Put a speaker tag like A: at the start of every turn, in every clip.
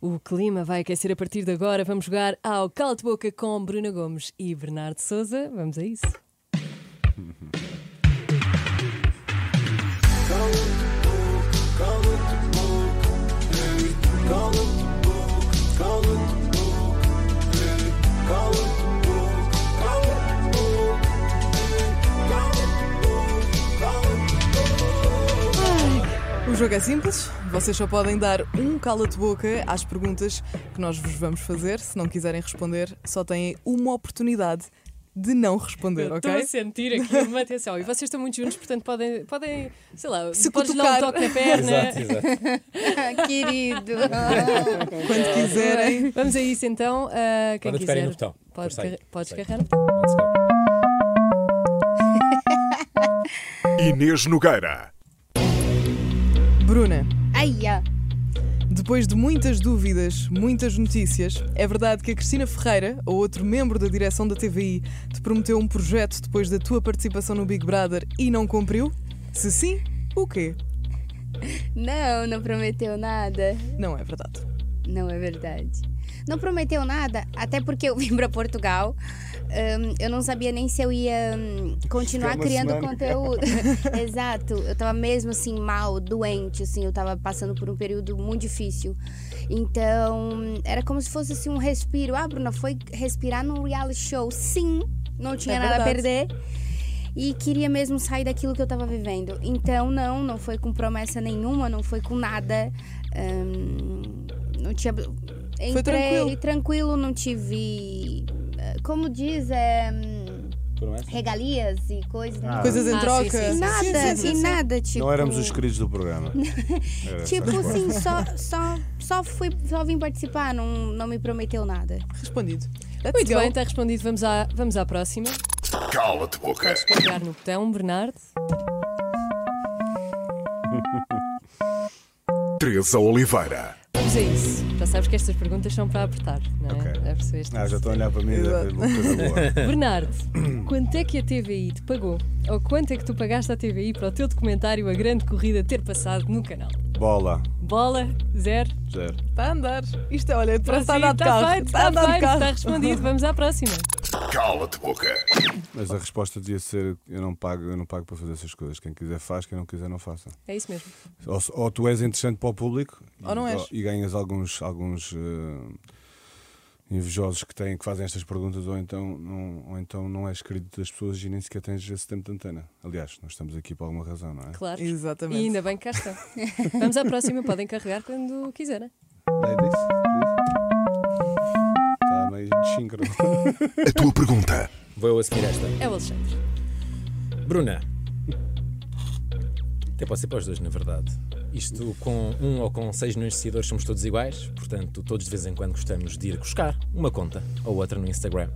A: O clima vai aquecer a partir de agora. Vamos jogar ao Cala de Boca com Bruna Gomes e Bernardo Souza. Vamos a isso.
B: O jogo é simples, vocês só podem dar um cala-te-boca às perguntas que nós vos vamos fazer. Se não quiserem responder, só têm uma oportunidade de não responder,
A: Eu assim. Estou
B: ok?
A: a sentir aqui uma atenção. E vocês estão muito juntos, portanto podem, podem sei lá,
B: Se
A: podes dar um
B: cutucar.
A: toque na perna.
C: Exato, exato.
D: Querido.
B: Quando quiserem.
A: Vamos a isso então. ah, quem
C: Podem
A: quiser.
C: tocarem no botão.
A: Pode
C: Depois
A: carre-
C: sai.
A: podes
C: Sai.
A: carregar.
C: Let's go.
E: Inês Nogueira.
B: Bruna,
D: Aia.
B: depois de muitas dúvidas, muitas notícias, é verdade que a Cristina Ferreira, ou outro membro da direção da TVI, te prometeu um projeto depois da tua participação no Big Brother e não cumpriu? Se sim, o quê?
D: Não, não prometeu nada.
B: Não é verdade.
D: Não é verdade. Não prometeu nada, até porque eu vim para Portugal. Hum, eu não sabia nem se eu ia hum, continuar
C: Ficar uma
D: criando
C: semana.
D: conteúdo. Exato. Eu tava mesmo assim mal, doente, assim, eu tava passando por um período muito difícil. Então, era como se fosse assim um respiro. Ah, Bruna, foi respirar num reality show. Sim, não tinha
B: É
D: nada a
B: verdade.
D: perder. E queria mesmo sair daquilo que eu tava vivendo. Então, não, não foi com promessa nenhuma, não foi com nada. Hum, não tinha. Entrei
B: tranquilo.
D: tranquilo, não tive. eh, Como diz, é, hum,
C: Promessa?
D: regalias e coisas. não.
B: Coisas em
A: Ah, sim,
B: troca.
A: sim, sim.
D: Nada, e nada, tipo.
F: assim. Não éramos os queridos do programa. Era essa a
D: Tipo
F: resposta.
D: assim, só, só, só, fui, só vim participar, não, não me prometeu nada.
B: Respondido. Let's
A: Muito
B: go.
A: bem, está respondido. Vamos à, vamos à próxima.
E: Cala-te boca.
A: Podes carregar no botão, Bernardo.
E: 13 Oliveira.
A: Vamos a isso. Já sabes que estas perguntas são para apertar, não é?
F: Ok.
A: Já percebeste?
F: Ah, já estou a olhar para mim e deve haver uma coisa boa.
A: Bernardo, quanto é que a TVI te pagou? Ou quanto é que tu pagaste à TVI para o teu documentário A Grande Corrida ter passado no canal?
F: Bola,
A: Bola, zero.
F: zero.
B: Está a andar. Isto é, olha, parece que está a andar de
A: Está
B: carro.
A: feito,
B: Está
A: está
B: a andar de
A: feito,
B: carro.
A: está respondido. Vamos à próxima.
E: Cala-te boca.
F: Mas a resposta devia ser: eu não pago, eu não pago para fazer essas coisas. Quem quiser faz, quem não quiser não faça.
A: É isso mesmo.
F: Ou, se- ou tu és interessante para o público
B: Ou
F: e,
B: não és.
F: e ganhas alguns, alguns eh, invejosos que têm que fazem estas perguntas, ou então, não, ou então não és querido das pessoas e nem sequer tens esse tempo de antena. Aliás, nós estamos aqui por alguma razão, não é?
A: Claro.
B: Exatamente.
A: E ainda bem que cá estão. Vamos à próxima, podem carregar quando quiserem.
F: Ladies, please. Está Tá meio síncrono.
E: A tua pergunta.
C: Vou eu assumir esta.
A: É o Alexandre.
C: Bruna. Até pode ser para os dois, na verdade. Isto com um ou com seis milhões de seguidores somos todos iguais, portanto, todos de vez em quando gostamos de ir buscar uma conta ou outra no Instagram.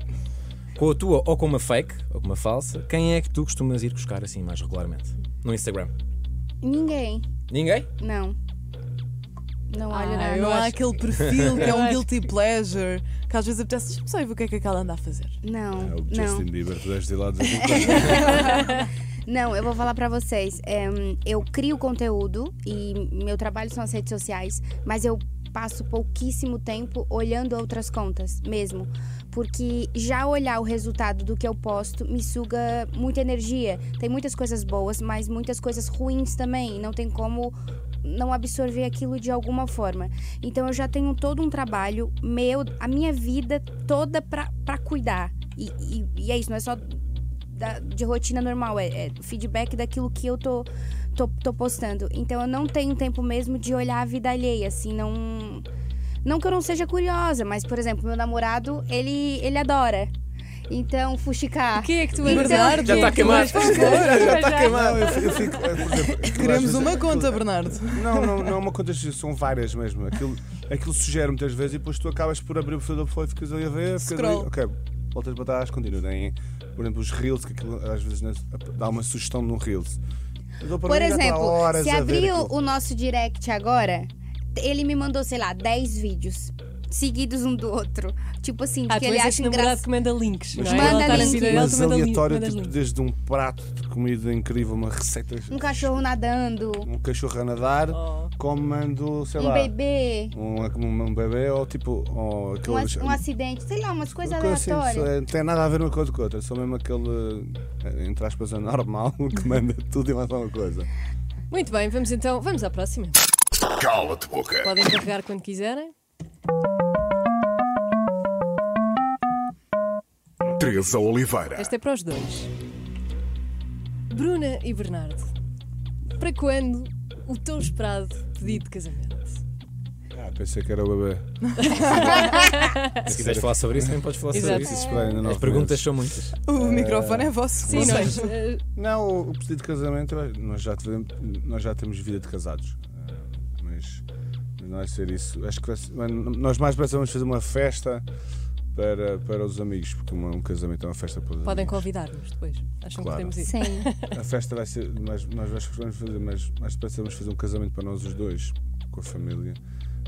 C: Com a tua ou com uma fake ou com uma falsa, quem é que tu costumas ir buscar assim mais regularmente? No Instagram?
D: Ninguém,
C: Ninguém?
D: não. Não
B: Ah,
D: olho nada.
B: não
A: eu
B: há
A: acho-
B: aquele perfil que é
A: Eu
B: um
A: acho-
B: guilty pleasure que às vezes apetece deixa-me só ver o que é que aquela anda a fazer.
D: Não,
F: É o
D: não.
F: Justin Bieber, tu deves ir lá dizer "Então,
D: Não, eu vou falar pra vocês. É, hum, eu crio conteúdo e meu trabalho são as redes sociais, mas eu passo pouquíssimo tempo olhando outras contas, mesmo. Porque já olhar o resultado do que eu posto me suga muita energia. Tem muitas coisas boas, mas muitas coisas ruins também. Não tem como não absorver aquilo de alguma forma. Então eu já tenho todo um trabalho meu, a minha vida toda pra, pra cuidar. E, e- e é isso, não é só da- de rotina normal, é, é feedback daquilo que eu tô, tô, tô postando. Então eu não tenho tempo mesmo de olhar a vida alheia, assim, não. Não que eu não seja curiosa, mas, por exemplo, meu namorado, ele, ele adora. Então, fuxicar.
A: Quem é que tu
D: Então-
A: Bernardo?
C: Já
A: quem
C: tá
A: é que tu
C: queimado.
A: vais fazer?
F: já está
A: Já.
F: queimado. Eu fico, eu fico, é, por exemplo, aquilo às
B: Queremos
F: vezes-
B: uma
F: aquilo-
B: conta, Bernardo.
F: Não, não, não é uma conta, são várias mesmo. Aquilo, aquilo sugere muitas vezes e depois tu acabas por abrir o perfil da pessoa e ficas ali a ver, ficas ali.
B: Scroll.
F: Ok, voltas para trás, continua. Tem, por exemplo, os reels, que aquilo às vezes né, dá uma sugestão num reels. Eu dou para
D: Por
F: mim, já estou há
D: exemplo,
F: horas
D: se
F: a ver
D: abrir o-
F: aquilo.
D: o nosso direct agora, ele me mandou, sei lá, 10 vídeos. seguidos um do outro. Tipo assim, de
A: Ah,
D: que
A: tu
D: ele
A: és
D: acha
A: este namorado
D: engraçado.
A: que manda links.
F: Mas
A: não é?
D: manda
A: Ela tá na
D: links.
A: vida dela, tu
F: Mas
A: manda link-
F: aleatório,
A: mandas
F: tipo,
A: links.
F: desde um prato de comida incrível, uma receita.
D: Um cachorro nadando,
F: Um cachorro a nadar,
A: Oh.
F: comendo, sei
D: um
F: lá.
D: bebê,
F: Um, um, um bebê ou tipo. Ou
D: um, ac-
F: aqueles,
D: um acidente, sei lá, umas coisas
F: Coisa assim,
D: aleatórias.
F: só- não tem nada a ver uma coisa com outra, só mesmo aquele, eh, entre aspas, anormal que manda tudo em relação a uma coisa.
A: Muito bem, vamos então, vamos à próxima.
E: Cala-te boca.
A: Podem carregar quando quiserem.
E: Teresa Oliveira.
A: Esta é para os dois. Bruna e Bernardo, para quando o tão esperado pedido de casamento?
F: Ah, pensei que era o bebê.
C: Se quiseres falar sobre isso, também podes falar
A: Exato.
C: sobre
F: Preciso
C: isso.
F: esperar ainda
C: As
F: nove
C: perguntas
F: meses.
C: são muitas.
B: O microfone é vosso.
A: Sim, nós. eh,
F: Não, o- o pedido de casamento, eu acho- nós já, tivemos, nós já temos vida de casados. Eh, Mas não é ser isso. Acho que vai ser- nós mais parece vamos fazer uma festa para, para os amigos, porque uma- um casamento é uma festa para os
A: Podem
F: amigos.
A: convidar-nos depois. Acham
F: Claro.
A: que podemos ir.
D: Sim.
F: A festa vai ser. Nós, nós acho que vamos fazer, mas mais depressa vamos fazer um casamento para nós os dois, com a família,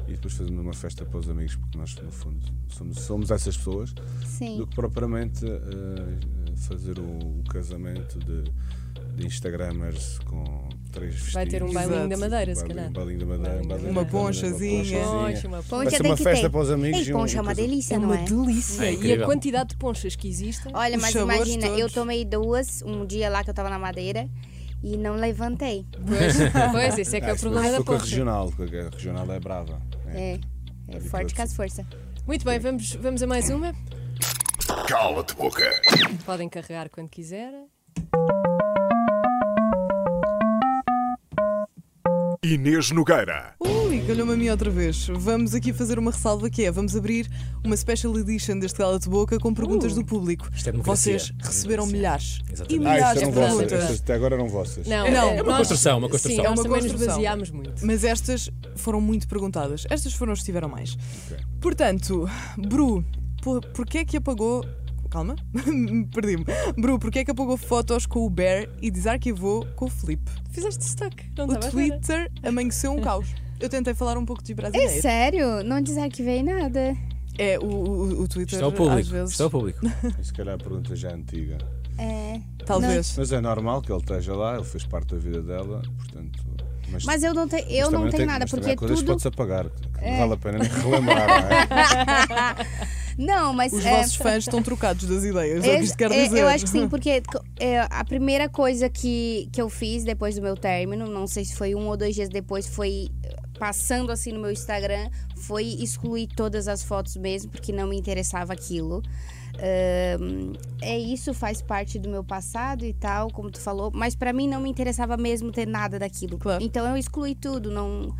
F: e depois fazemos uma festa para os amigos, porque nós, no fundo, somos, somos essas pessoas,
D: Sim.
F: do que propriamente eh, fazer o, o casamento de, de Instagramers com três vestidos.
A: Vai ter um bailinho
B: Exato.
A: da madeira, se
F: Bailinho-
A: calhar.
F: Bailinho da madeira,
A: Bailinho
F: um
A: da Madeira.
F: bailinho da
A: Uma
B: ponchazinha.
A: Poncha, uma poncha.
F: Vai
D: Poncha
F: ser
D: tem
F: uma
D: um que
F: festa
D: ter.
F: para os amigos
D: Ei,
F: e um-
D: poncha é
F: e
D: uma
F: coisa-
D: delícia,
A: É
D: não
A: uma
D: é?
A: delícia.
C: É
A: e a
C: incrível.
A: quantidade de ponchas que existem.
D: Olha,
B: Os
D: mas
B: sabores
D: imagina, eu
B: todos.
D: tomei duas, um dia lá que eu tava na madeira e não levantei.
F: Tá
A: Pois, pois esse é que é
F: Ah,
A: o
F: isso foi-
A: problema da
F: foi com a
A: poncha.
F: regional, porque a regional é brava.
D: É. É forte com as forças.
A: Muito bem, vamos, vamos a mais uma.
E: Cala-te boca.
A: Podem carregar quando quiserem.
E: Inês Nogueira.
B: Ui, calhou-me a mim outra vez. Vamos aqui fazer uma ressalva que é, vamos abrir uma special edition deste Gala de Boca com
A: Uh.
B: perguntas do público.
C: Isto é democracia.
B: Vocês receberam
C: Democracia.
B: milhares
C: Exatamente.
B: e
F: Ah,
A: é
B: milhares
F: isto
B: de
F: eram
A: verdade,
F: vossas.
A: é verdade.
F: estas
B: perguntas.
F: Até agora eram vossas.
A: Não,
B: Não,
A: eh,
B: é
A: nós-
B: uma
C: construção, uma construção.
A: Sim,
C: É
A: nós
B: uma
A: também nos
B: construção.
A: baseámos muito.
B: Mas estas foram muito perguntadas. Estas foram as que tiveram mais. Portanto, Bru, por, porquê é que apagou... Calma, perdi-me. Bru, porquê é que apagou fotos com o Bear e desarquivou com o Felipe?
A: Fizeste destaque, não estava
B: O
A: à espera.
B: Twitter amanheceu um caos. Eu tentei falar um pouco de
D: É
B: brasileiro.
D: sério? Não desarquivei nada.
B: É, o, o, o Twitter
C: Isto é o
B: às
C: público.
B: vezes...
C: Isto é o público.
F: Se calhar a pergunta já é antiga.
D: É.
B: Talvez.
F: Mas é normal que ele esteja lá, ele fez parte da vida dela, portanto.
D: Mas eu não, te, eu não tenho nada, porque é
F: coisas
D: tudo. É.
F: pode-se apagar, que não vale a pena nem relembrar. não é?
D: Não, mas.
B: Os
D: é,
B: vossos fãs estão trocados das ideias, é o
D: eu,
B: que isto quer
D: é,
B: dizer.
D: eu acho que sim, porque co- é, a primeira coisa que, que eu fiz depois do meu término, não sei se foi um ou dois dias depois, foi eh, passando assim no meu Instagram, foi excluir todas as fotos mesmo, porque não me interessava aquilo. Ahn, é isso, faz parte do meu passado e tal, como tu falou, mas pra mim não me interessava mesmo ter nada daquilo.
B: Claro.
D: Então eu excluí tudo, não,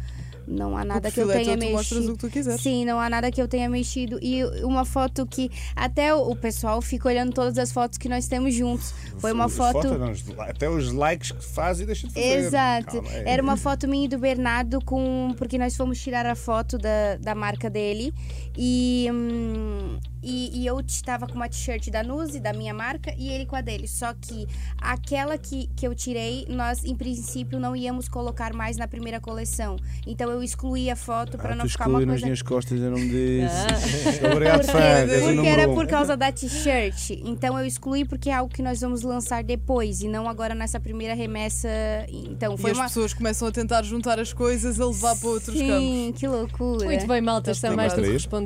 D: não há
B: O
D: nada que eu
B: perfil é
D: tenha
B: teu, tu mostras
D: mexido.
B: o que tu quiseres.
D: Sim, assim, não há nada que eu tenha mexido. E uma foto que até o pessoal fica olhando todas as fotos que nós temos juntos. Foi uma
F: As
D: foto.
F: fotos, não, os li- até os likes que faz e deixa de fazer.
D: Exato.
F: Calma, é-
D: Era uma foto minha e do Bernardo com. Porque nós fomos tirar a foto da, da marca dele. E, hum, e, e eu estava com uma t-shirt da Nuzi, da minha marca, e ele com a dele. Só que aquela que, que eu tirei, nós em princípio não íamos colocar mais na primeira coleção. Então eu excluí a foto para
F: Ah,
D: não
F: tu
D: ficar uma
F: escolhe nas
D: coisa. Ah.
F: minhas costas, eu não me disse.
D: Porque,
F: Obrigado, fãs. és Tá o
D: porque
F: número
D: era
F: um.
D: por causa da t-shirt. Então eu excluí porque é algo que nós vamos lançar depois e não agora nessa primeira remessa. Então
B: E
D: foi
B: as
D: uma.
B: pessoas começam a tentar juntar as coisas a levar para outros campos.
D: Sim, que loucura.
A: Muito bem, malta, está
F: bem.
A: mais do que
F: Três.
A: respondido.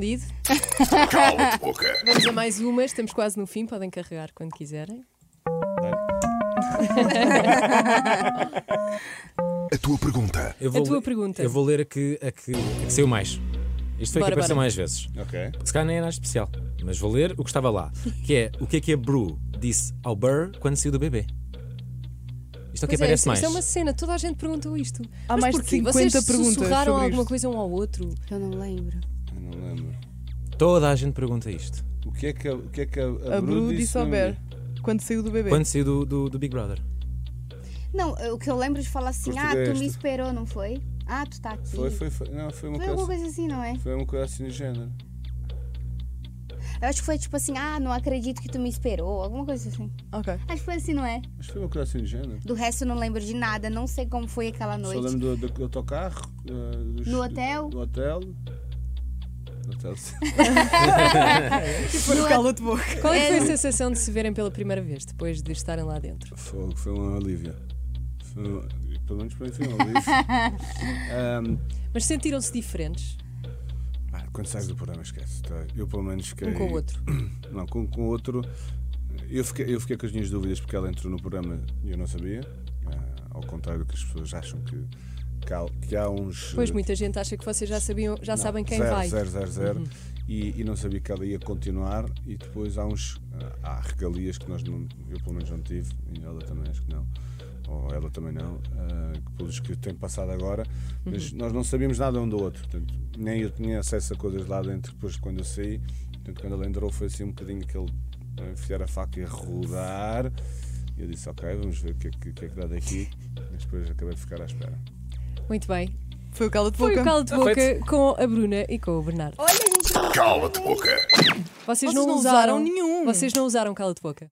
E: Cala-te boca.
A: Vamos a mais uma, estamos quase no fim, podem carregar quando quiserem.
C: é
E: A tua pergunta.
C: Eu vou
A: A tua
C: ler-
A: pergunta.
C: Eu vou ler a que, a que, a que saiu mais. Isto foi a
A: Bora,
C: que
A: bora.
C: apareceu mais vezes.
F: Ok.
C: Se calhar nem era especial, mas vou ler o que estava lá. Que é o que é que a Bru disse ao Burr quando saiu do bebê. Isto é o que
A: Pois é,
C: aparece
A: isto,
C: mais.
A: isto é uma cena, toda a gente perguntou isto.
B: Há
A: Mas
B: mais de
A: porquê?
B: 50
A: Vocês
B: perguntas
A: sussurraram
B: sobre
A: alguma
B: isto.
A: coisa um ao outro?
D: Eu não lembro.
F: Eu não lembro.
C: Toda a gente pergunta isto.
F: O que é que a, o que é que a,
B: A Bru disse ao
F: no-
B: Bear, quando saiu do bebê.
C: um Quando saiu do, do, do Big Brother.
D: Não, eu- o que eu lembro de falar assim, ah, tu
F: Português.
D: me esperou, não foi? Ah, tu tá aqui.
F: Foi, foi, foi. Não, foi uma
D: Foi
F: coisa.
D: alguma coisa assim, não é?
F: Foi uma coisa assim do género.
D: Eu acho que foi tipo assim, ah, não acredito que tu me esperou, alguma coisa assim.
B: Ok.
D: Acho que foi assim, não é?
F: Mas foi uma coisa assim do género.
D: Do resto eu não lembro de nada, não sei como foi aquela
F: Só
D: noite.
F: lembro do, do, do autocarro. eh, dos-
D: No hotel?
F: Do hotel. Não está a dizer.
B: Foi o cala-te boca.
A: Qual é que foi a sensação de se verem pela primeira vez, depois de estarem lá dentro?
F: Fogo, foi um alívio. Foi um- pelo menos para mim foi um alívio. Ahm,
A: Mas sentiram-se diferentes
F: pá, quando sais do programa, esquece. tá? Eu, pelo menos, fiquei.
A: um com o outro?
F: Não, com, com o outro. Eu fiquei, eu fiquei com as minhas dúvidas porque ela entrou no programa e eu não sabia. Ah, ao contrário do que as pessoas acham que, que, há, que há uns.
A: Pois
F: eh,
A: muita gente acha que vocês já, sabiam, já
F: Não,
A: sabem quem
F: zero,
A: vai. Uhum.
F: Zero, zero, zero. E, e não sabia que ela ia continuar. E depois há uns. Há regalias que nós não. Eu pelo menos não tive, e ela também acho que não. Ou ela também não, ah, que pelos que tem passado agora, mas
A: Uhum.
F: nós não sabíamos nada um do outro, portanto, nem eu tinha acesso a coisas lá dentro depois de quando eu saí. Portanto, quando ela entrou, foi assim um bocadinho aquele ah, enfiar a faca e rodar. E eu disse: Ok, vamos ver o que, é que- o que é que dá daqui. Mas depois acabei de ficar à espera.
A: Muito bem.
B: Foi o cala-te
A: Foi
B: boca.
A: o calo de
C: Tá
A: boca
C: feito.
A: com a Bruna e com o Bernardo.
D: Olha, a gente não
E: Cala-te boca.
A: Vocês,
B: Vocês não usaram nenhum.
A: Vocês não usaram calo de boca.